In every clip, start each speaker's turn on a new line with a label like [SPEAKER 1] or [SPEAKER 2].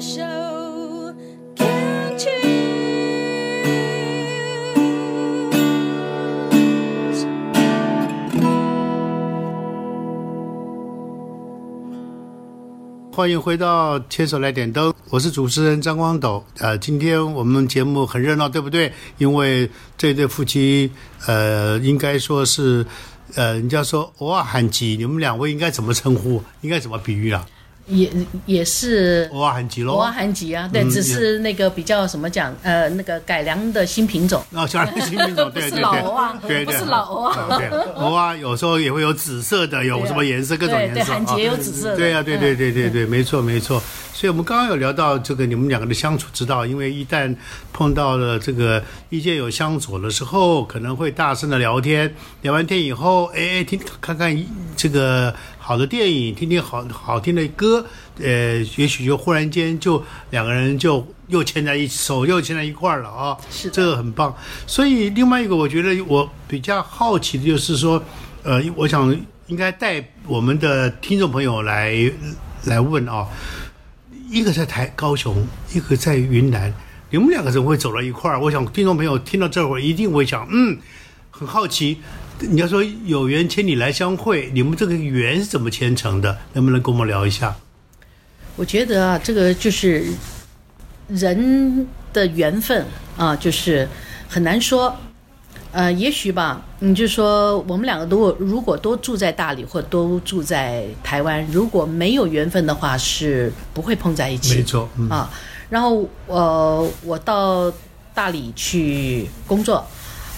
[SPEAKER 1] 手，Can't you？
[SPEAKER 2] 欢迎回到《牵手来点灯》，我是主持人张光斗。呃，今天我们节目很热闹，对不对？因为这对夫妻，呃，应该说是，呃，人家说偶尔罕吉，你们两位应该怎么称呼？应该怎么比喻啊？
[SPEAKER 3] 也也是
[SPEAKER 2] 偶尔罕吉
[SPEAKER 3] 偶
[SPEAKER 2] 喽
[SPEAKER 3] 尔。含吉啊，对，
[SPEAKER 2] 哦嗯
[SPEAKER 3] 只
[SPEAKER 2] 也
[SPEAKER 3] 是那个比较什么讲，呃，那个改良的新品种。
[SPEAKER 2] 那哦小新 品种，对对
[SPEAKER 4] 是
[SPEAKER 2] 对，
[SPEAKER 4] 老欧啊，
[SPEAKER 2] 对对，哦
[SPEAKER 4] 不是老欧啊，
[SPEAKER 2] 对，偶尔有时候也会有紫色的，有什么颜色，各种
[SPEAKER 3] 对
[SPEAKER 2] 颜
[SPEAKER 3] 对，
[SPEAKER 2] 色
[SPEAKER 3] 韩
[SPEAKER 2] 啊
[SPEAKER 3] 杰有紫色的。嗯
[SPEAKER 2] 对呀、对对对对对，没错没错。所以我们刚刚有聊到这个你们两个的相处之道，因为一旦碰到了这个意见有相左的时候，可能会大声的聊天，聊完天以后，哎，听看看这个好的电影，听听好好听的歌，呃，也许就忽然间就两个人就又牵在一起，手又牵在一块儿了啊。
[SPEAKER 3] 是的
[SPEAKER 2] 这个很棒。所以另外一个，我觉得我比较好奇的就是说，呃，我想应该带我们的听众朋友来来问啊、一个在台高雄，一个在云南，你们两个人会走到一块儿？我想听众朋友听到这会儿一定会想，嗯，很好奇。你要说有缘千里来相会，你们这个缘是怎么牵成的？能不能跟我们聊一下？
[SPEAKER 3] 我觉得啊，这个就是人的缘分啊，就是很难说。呃，也许吧，你就说我们两个如果如果都住在大理或都住在台湾，如果没有缘分的话，是不会碰在一起。
[SPEAKER 2] 没错，嗯，
[SPEAKER 3] 啊。然后呃，我到大理去工作，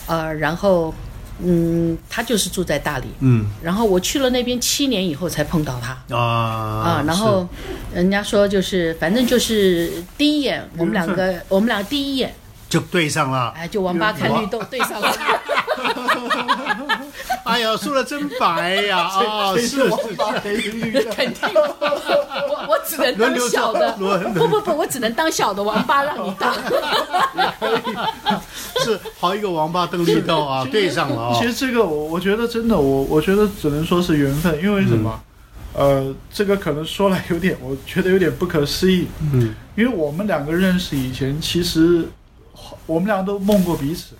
[SPEAKER 3] 呃，然后嗯，他就是住在大理，
[SPEAKER 2] 嗯
[SPEAKER 3] 然后我去了那边七年以后才碰到他
[SPEAKER 2] 啊
[SPEAKER 3] 啊。
[SPEAKER 2] 啊
[SPEAKER 3] 然后人家说就是，反正就是第一眼我们两
[SPEAKER 2] 嗯
[SPEAKER 3] 个，我们俩第一眼
[SPEAKER 2] 就对上了。
[SPEAKER 3] 哎，就王八看绿豆对上了。
[SPEAKER 2] 哎呀，说的真白 呀！啊，是是
[SPEAKER 3] 肯定，我我只能当小的，
[SPEAKER 2] 轮流
[SPEAKER 3] 不不不，我只能当小的王八让你 当。
[SPEAKER 2] 是，好一个王八瞪绿豆啊，对上了啊
[SPEAKER 5] 其！实这个我我觉得真的，我我觉得只能说是缘分，因为什么？
[SPEAKER 2] 嗯
[SPEAKER 5] 呃，这个可能说来有点，我觉得有点不可思议，
[SPEAKER 2] 嗯，
[SPEAKER 5] 因为我们两个认识以前，其实我们俩都梦过彼此，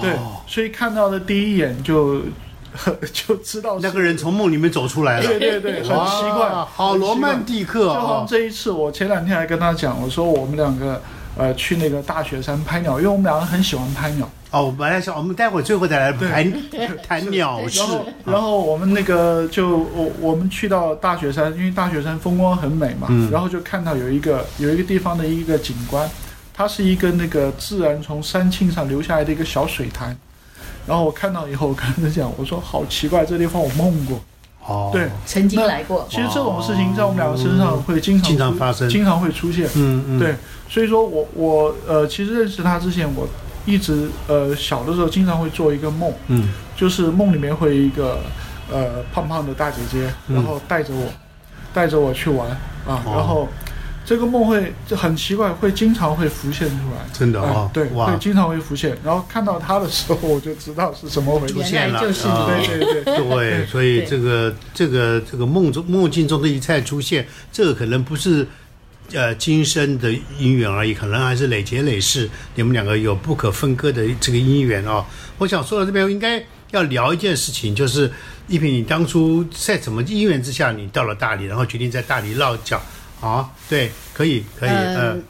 [SPEAKER 5] 对，
[SPEAKER 2] 哦，
[SPEAKER 5] 所以看到的第一眼就 就知道是
[SPEAKER 2] 那个人从梦里面走出来了，
[SPEAKER 5] 对对对，很
[SPEAKER 2] 哇
[SPEAKER 5] 奇怪，
[SPEAKER 2] 好
[SPEAKER 5] 很奇
[SPEAKER 2] 罗曼
[SPEAKER 5] 怪
[SPEAKER 2] 蒂克
[SPEAKER 5] 就好
[SPEAKER 2] 啊
[SPEAKER 5] 像！这一次，我前两天还跟他讲，我说我们两个呃去那个大雪山拍鸟，因为我们两个很喜欢拍鸟。
[SPEAKER 2] 哦，我本来想我们待会儿最后再来谈谈鸟事
[SPEAKER 5] 然，后然后我们那个就我我们去到大雪山，因为大雪山风光很美嘛，
[SPEAKER 2] 嗯
[SPEAKER 5] 然后就看到有一个有一个地方的一个景观，它是一个那个自然从山沁上流下来的一个小水潭。然后我看到以后，我跟他讲，我说好奇怪，这地方我梦过。
[SPEAKER 2] 哦，
[SPEAKER 5] 对，，
[SPEAKER 3] 曾经
[SPEAKER 5] 那
[SPEAKER 3] 来过，
[SPEAKER 5] 其实这种事情在我们两个身上会经常
[SPEAKER 2] 经常
[SPEAKER 5] 出
[SPEAKER 2] 发生
[SPEAKER 5] 经常会出现。
[SPEAKER 2] 嗯嗯，
[SPEAKER 5] 对，所以说我我呃，其实认识他之前，我一直呃小的时候经常会做一个梦，
[SPEAKER 2] 嗯
[SPEAKER 5] 就是梦里面会有一个呃胖胖的大姐姐，
[SPEAKER 2] 嗯
[SPEAKER 5] 然后带着我，带着我去玩啊，
[SPEAKER 2] 哦
[SPEAKER 5] 然后这个梦会就很奇怪，会经常会浮现出来。
[SPEAKER 2] 真的
[SPEAKER 5] 啊
[SPEAKER 2] 啊，，
[SPEAKER 5] 对，
[SPEAKER 2] 哇
[SPEAKER 5] 会，经常会浮现，然后看到他的时候，我就知道是什么回事。
[SPEAKER 2] 现了
[SPEAKER 3] 原来就是你。
[SPEAKER 2] 啊
[SPEAKER 5] 对对 对，
[SPEAKER 2] 对，所以这个这个这个梦中梦境中的一再出现，这个可能不是呃今生的姻缘而已，可能还是累劫累世，你们两个有不可分割的这个姻缘哦。我想说到这边，应该要聊一件事情，就是一平，你当初在什么因缘之下，你到了大理，然后决定在大理落脚啊？对，可以，可以，嗯、
[SPEAKER 3] 嗯，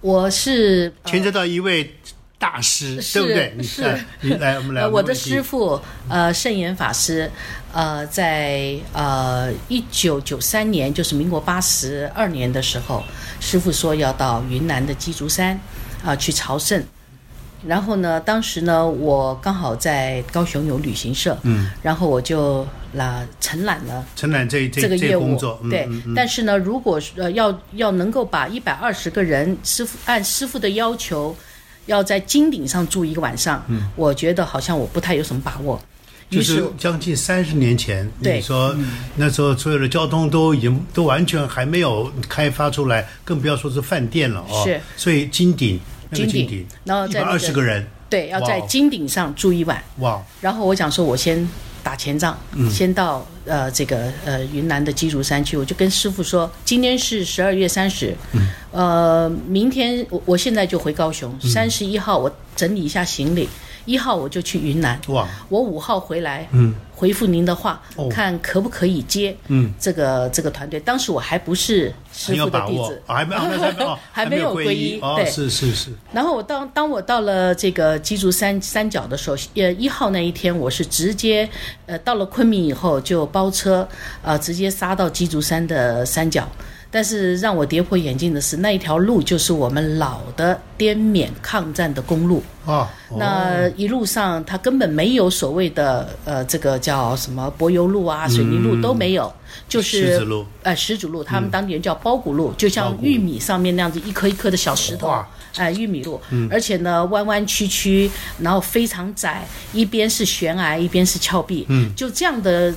[SPEAKER 3] 我是呃
[SPEAKER 2] 牵扯到一位大师，
[SPEAKER 3] 是
[SPEAKER 2] 对不对？你
[SPEAKER 3] 是
[SPEAKER 2] 来，你来，我们来，
[SPEAKER 3] 呃，我的
[SPEAKER 2] 们一起
[SPEAKER 3] 师傅呃，圣严法师，呃，在呃一九九三年，就是民国八十二年的时候，师傅说要到云南的鸡足山啊、去朝圣。然后呢，当时呢，我刚好在高雄有旅行社，
[SPEAKER 2] 嗯，
[SPEAKER 3] 然后我就啦承揽了
[SPEAKER 2] 承揽这这
[SPEAKER 3] 这个业务，
[SPEAKER 2] 工作，嗯
[SPEAKER 3] 对。
[SPEAKER 2] 嗯
[SPEAKER 3] 但是呢，如果呃要要能够把一百二十个人师傅按师傅的要求，要在金顶上住一个晚上，
[SPEAKER 2] 嗯
[SPEAKER 3] 我觉得好像我不太有什么把握。
[SPEAKER 2] 就
[SPEAKER 3] 于
[SPEAKER 2] 是
[SPEAKER 3] 是
[SPEAKER 2] 将近三十年前，
[SPEAKER 3] 对嗯
[SPEAKER 2] 你说、那时候所有的交通都已经都完全还没有开发出来，更不要说是饭店了哦。
[SPEAKER 3] 是，
[SPEAKER 2] 所以金鼎那个
[SPEAKER 3] 金
[SPEAKER 2] 金
[SPEAKER 3] 鼎
[SPEAKER 2] 鼎，
[SPEAKER 3] 然后
[SPEAKER 2] 一
[SPEAKER 3] 在
[SPEAKER 2] 百
[SPEAKER 3] 那个
[SPEAKER 2] 二十个人，
[SPEAKER 3] 对，要在
[SPEAKER 2] 哇哦
[SPEAKER 3] 金顶上住一晚。
[SPEAKER 2] 哇，
[SPEAKER 3] 然后我想说，我先打前仗，
[SPEAKER 2] 嗯
[SPEAKER 3] 先到呃这个呃云南的鸡足山去，我就跟师傅说，今天是十二月三十、
[SPEAKER 2] 嗯
[SPEAKER 3] 呃，明天我我现在就回高雄，三十一号我整理一下行李，一号我就去云南，
[SPEAKER 2] 哇，
[SPEAKER 3] 我五号回来，
[SPEAKER 2] 嗯，
[SPEAKER 3] 回复您的话，
[SPEAKER 2] 哦
[SPEAKER 3] 看可不可以接，
[SPEAKER 2] 嗯，
[SPEAKER 3] 这个这个团队，当时我还不是师
[SPEAKER 2] 很有
[SPEAKER 3] 傅的
[SPEAKER 2] 把
[SPEAKER 3] 弟
[SPEAKER 2] 握
[SPEAKER 3] 子，，
[SPEAKER 2] 哦还没哦那还没哦
[SPEAKER 3] 还没
[SPEAKER 2] 没
[SPEAKER 3] 有
[SPEAKER 2] 皈
[SPEAKER 3] 皈
[SPEAKER 2] 依
[SPEAKER 3] 依
[SPEAKER 2] 哦，
[SPEAKER 3] 对
[SPEAKER 2] 是是是，
[SPEAKER 3] 然后我当当我到了这个鸡足山山脚的时候，呃，一号那一天我是直接，呃，到了昆明以后就包车，呃，直接杀到鸡足山的山脚。但是让我跌破眼镜的是，那一条路就是我们老的滇缅抗战的公路。
[SPEAKER 2] 哦，
[SPEAKER 3] 那一路上，它根本没有所谓的呃，这个叫什么柏油路啊、水泥路都没有，就
[SPEAKER 2] 嗯石
[SPEAKER 3] 是
[SPEAKER 2] 子路嗯
[SPEAKER 3] 呃石子路，他们当地人叫包谷路，就像玉米上面那样子一颗一颗的小石头
[SPEAKER 2] 哇，嗯
[SPEAKER 3] 哎，玉米路，而且呢弯弯曲曲，然后非常窄，一边是悬崖，一边是峭壁，嗯，就这样的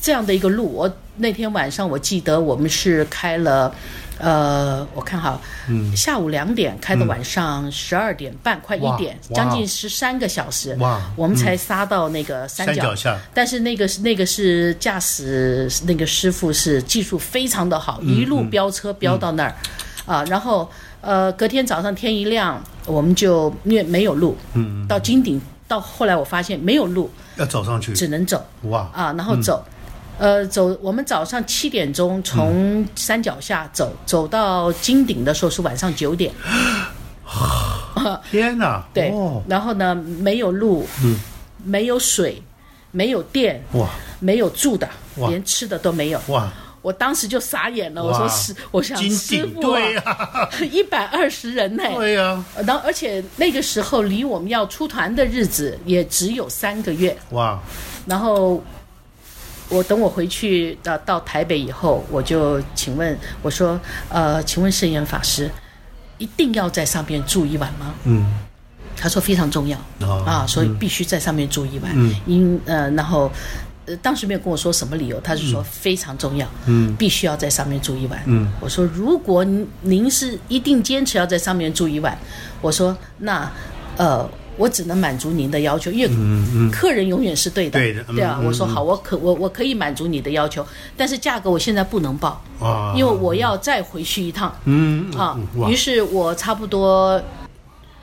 [SPEAKER 3] 这样的一个路，我那天晚上我记得我们是开了。呃，我看哈，
[SPEAKER 2] 嗯
[SPEAKER 3] 下午两点开到晚上十二点半，快
[SPEAKER 2] 哇
[SPEAKER 3] 一点，
[SPEAKER 2] 嗯哇哦
[SPEAKER 3] 将近十三个小时，
[SPEAKER 2] 哇
[SPEAKER 3] 我们才杀到那个山
[SPEAKER 2] 山
[SPEAKER 3] 脚
[SPEAKER 2] 脚下，
[SPEAKER 3] 但是那个是那个是驾驶那个师傅是技术非常的好，一路飙车飙到那儿，啊，然后呃隔天早上天一亮，我们就因为没有路，嗯，到金顶到后来我发现没有路，
[SPEAKER 2] 要走上去，
[SPEAKER 3] 只能走
[SPEAKER 2] 哇，
[SPEAKER 3] 啊，然后走。呃，走，我们早上七点钟从山脚下走，走到金顶的时候是晚上九点，
[SPEAKER 2] 天哪，
[SPEAKER 3] 对，
[SPEAKER 2] 哦
[SPEAKER 3] 然后呢，没有路，嗯，没有水，没有电，
[SPEAKER 2] 哇
[SPEAKER 3] 没有住的，
[SPEAKER 2] 哇
[SPEAKER 3] 连吃的都没有。
[SPEAKER 2] 哇，
[SPEAKER 3] 我当时就傻眼了，我
[SPEAKER 2] 哇
[SPEAKER 3] 说师，我想
[SPEAKER 2] 金
[SPEAKER 3] 师
[SPEAKER 2] 顶，
[SPEAKER 3] 傅啊
[SPEAKER 2] 对呀，
[SPEAKER 3] 一百二十人呢、
[SPEAKER 2] 对呀，
[SPEAKER 3] 然后而且那个时候离我们要出团的日子也只有三个月，
[SPEAKER 2] 哇，
[SPEAKER 3] 然后我等我回去到到台北以后，我就请问我说，呃，请问圣严法师，一定要在上面住一晚吗？
[SPEAKER 2] 嗯，
[SPEAKER 3] 他说非常重要、
[SPEAKER 2] 哦
[SPEAKER 3] 啊，所以必须在上面住一晚。因呃，然后呃，当时没有跟我说什么理由，他是说非常重要，嗯，必须要在上面住一晚。嗯，我说如果您您是一定坚持要在上面住一晚，我说那呃。我只能满足您的要求，因为客人永远是对的，
[SPEAKER 2] 对的嗯
[SPEAKER 3] 啊。
[SPEAKER 2] 嗯
[SPEAKER 3] 我说
[SPEAKER 2] 嗯
[SPEAKER 3] 好，我可我我可以满足你的要求，但是价格我现在不能报，
[SPEAKER 2] 哇，
[SPEAKER 3] 因为我要再回去一趟，
[SPEAKER 2] 啊嗯
[SPEAKER 3] 啊
[SPEAKER 2] 嗯，哇
[SPEAKER 3] 于是我差不多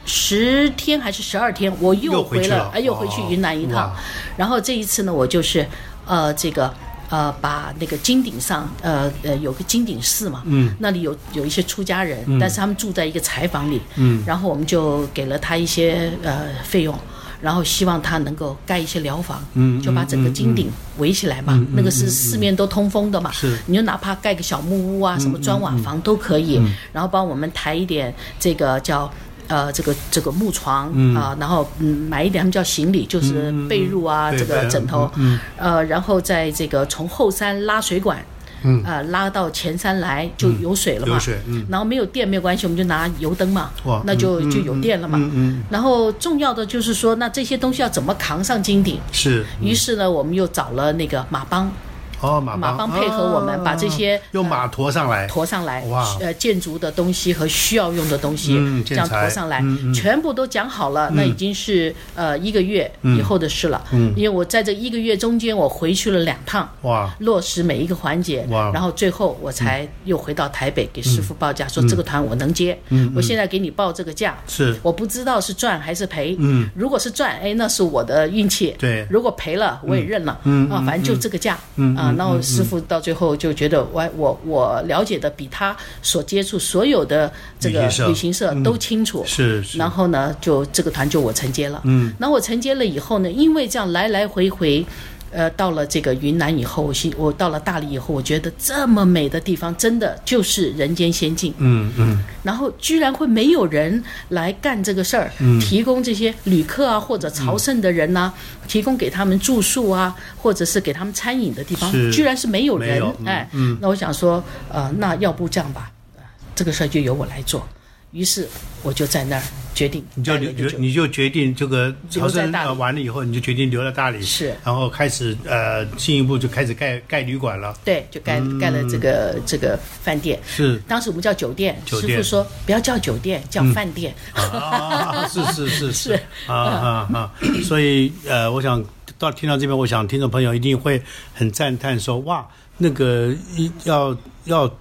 [SPEAKER 3] 十天还是十二天，我
[SPEAKER 2] 又
[SPEAKER 3] 又
[SPEAKER 2] 回
[SPEAKER 3] 回
[SPEAKER 2] 去了
[SPEAKER 3] 了，哎，又回去
[SPEAKER 2] 哦
[SPEAKER 3] 云南一趟
[SPEAKER 2] 哇。
[SPEAKER 3] 然后这一次呢，我就是呃这个。呃，把那个金顶上，呃呃，有个金顶寺嘛，嗯，那里有有一些出家人，但是他们住在一个柴房里，嗯，然后我们就给了他一些呃费用，然后希望他能够盖一些疗房，嗯，就把整个金顶围起来嘛，那个是四面都通风的嘛，
[SPEAKER 2] 是
[SPEAKER 3] 你就哪怕盖个小木屋啊，什么砖瓦房都可以，
[SPEAKER 2] 嗯
[SPEAKER 3] 然后帮我们抬一点这个叫。呃，这个这个木床啊、然后嗯，买一点他们叫行李，就是被褥
[SPEAKER 2] 嗯
[SPEAKER 3] 啊，
[SPEAKER 2] 对
[SPEAKER 3] 这个
[SPEAKER 2] 对嗯
[SPEAKER 3] 枕头，呃，然后在这个从后山拉水管，嗯，呃，拉到前山来就有水了嘛，
[SPEAKER 2] 有水嗯
[SPEAKER 3] 然后没有电没有关系，我们就拿油灯嘛
[SPEAKER 2] 哇，
[SPEAKER 3] 那就、就有电了嘛、
[SPEAKER 2] 嗯嗯，
[SPEAKER 3] 然后重要的就是说，那这些东西要怎么扛上金顶？
[SPEAKER 2] 是，
[SPEAKER 3] 于是呢，我们又找了那个马帮，
[SPEAKER 2] 哦，马
[SPEAKER 3] 马
[SPEAKER 2] 帮
[SPEAKER 3] 帮配合我们
[SPEAKER 2] 啊
[SPEAKER 3] 把这些
[SPEAKER 2] 用马驮上来，
[SPEAKER 3] 驮上来
[SPEAKER 2] 哇，
[SPEAKER 3] 呃，建筑的东西和需要用的东西，
[SPEAKER 2] 嗯
[SPEAKER 3] 这
[SPEAKER 2] 建
[SPEAKER 3] 样
[SPEAKER 2] 材
[SPEAKER 3] 驮上来，
[SPEAKER 2] 嗯
[SPEAKER 3] 全部都讲好了，那已经是呃一个月
[SPEAKER 2] 嗯
[SPEAKER 3] 以后的事了。因为我在这一个月中间，我回去了两趟，
[SPEAKER 2] 哇，
[SPEAKER 3] 落实每一个环节
[SPEAKER 2] 哇，嗯
[SPEAKER 3] 然后最后我才又回到台北给师傅报价，说这个团我能接，我现在给你报这个价，
[SPEAKER 2] 是
[SPEAKER 3] 我不知道是赚还是赔，如果是赚，哎，那是我的运气，
[SPEAKER 2] 嗯对嗯
[SPEAKER 3] 如果赔了我也认了，啊，反正就这个价，啊，那我师傅到最后就觉得我我我了解的比他所接触所有的这
[SPEAKER 2] 旅
[SPEAKER 3] 个
[SPEAKER 2] 行社嗯
[SPEAKER 3] 旅行社都清楚，
[SPEAKER 2] 是是
[SPEAKER 3] 然后呢，就这个团就我承接了。嗯，然后我承接了以后呢，因为这样来来回回，呃，到了这个云南以后，我心我到了大理以后，我觉得这么美的地方，真的就是人间仙境。
[SPEAKER 2] 嗯嗯，
[SPEAKER 3] 然后居然会没有人来干这个事儿，
[SPEAKER 2] 嗯
[SPEAKER 3] 提供这些旅客啊或者朝圣的人呐、
[SPEAKER 2] 嗯
[SPEAKER 3] 提供给他们住宿啊，或者是给他们餐饮的地方
[SPEAKER 2] 是，
[SPEAKER 3] 居然是没有
[SPEAKER 2] 没
[SPEAKER 3] 人
[SPEAKER 2] 有。嗯
[SPEAKER 3] 哎，那我想说，呃，那要不这样吧，呃这个事儿就由我来做。于是我就在那儿决定
[SPEAKER 2] 你就
[SPEAKER 3] 待了
[SPEAKER 2] 留
[SPEAKER 3] 一个
[SPEAKER 2] 决
[SPEAKER 3] 久，
[SPEAKER 2] 你就决定这个朝
[SPEAKER 3] 留在
[SPEAKER 2] 圣
[SPEAKER 3] 大理
[SPEAKER 2] 呃完了以后，你就决定留在大理，
[SPEAKER 3] 是
[SPEAKER 2] 然后开始呃进一步就开始盖盖旅馆了，
[SPEAKER 3] 对，就盖盖了这个这个饭店。
[SPEAKER 2] 嗯 是
[SPEAKER 3] 当时我们叫酒店，
[SPEAKER 2] 酒
[SPEAKER 3] 师
[SPEAKER 2] 店嗯
[SPEAKER 3] 傅说不要叫酒店，叫饭店。
[SPEAKER 2] 啊，是是是是啊啊啊，所以呃，我想到听到这边，我想听众朋友一定会很赞叹说：“哇，那个一要要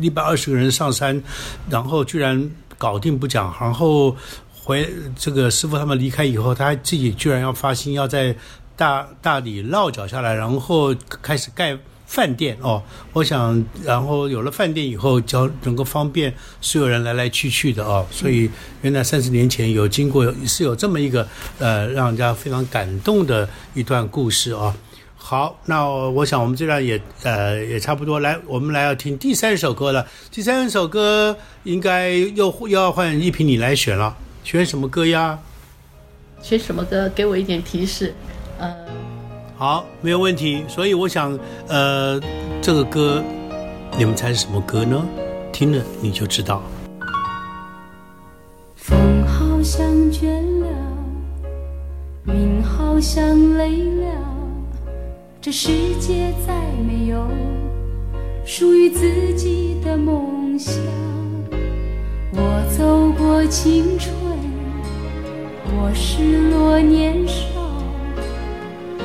[SPEAKER 2] 一百二十个人上山，然后居然搞定不讲，然后回这个师傅他们离开以后，他自己居然要发心要在大大理落脚下来，然后开始盖。”饭店哦，我想，然后有了饭店以后，只要能够方便所有人来来去去的哦，所以原来三十年前有经过是有这么一个呃，让人家非常感动的一段故事哦。好，那我想我们这段也呃也差不多，来，我们来要听第三首歌了。第三首歌应该又又要换一平你来选了，选什么歌呀？
[SPEAKER 3] 选什么歌？给我一点提示。呃，
[SPEAKER 2] 好，没有问题。所以我想，呃，这个歌，你们猜是什么歌呢？听了你就知道。
[SPEAKER 1] 风好像倦了，云好像累了，这世界再没有属于自己的梦想。我走过青春，我失落年少，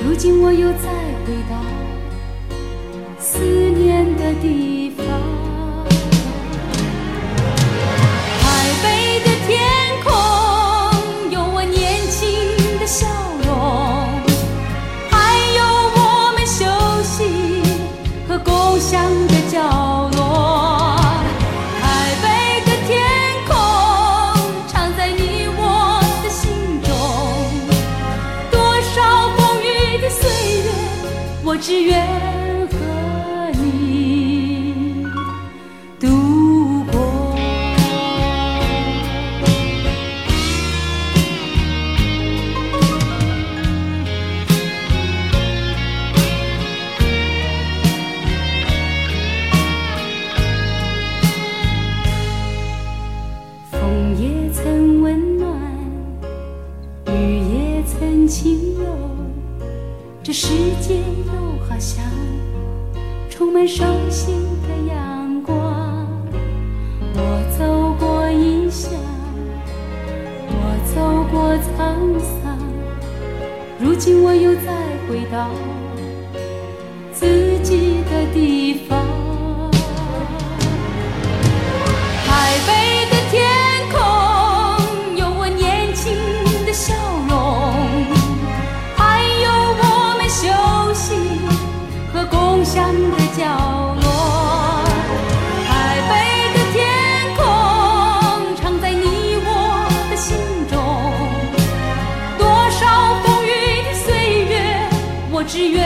[SPEAKER 1] 如今我又再回到思念的地方。台北的天空有我年轻的笑容，还有我们休息和共享的角落。台北的天空常在你我的心中，多少风雨的岁月，我只愿和你度过。风也曾温暖，雨也曾轻柔，这世界又好像充满伤心的阳光。我走过异乡，我走过沧桑，如今我又再回到自己的地方。台北的天空有我年轻的笑容，还有我们休息和共享的角落。台北的天空常在你我的心中，多少风雨的岁月，我只愿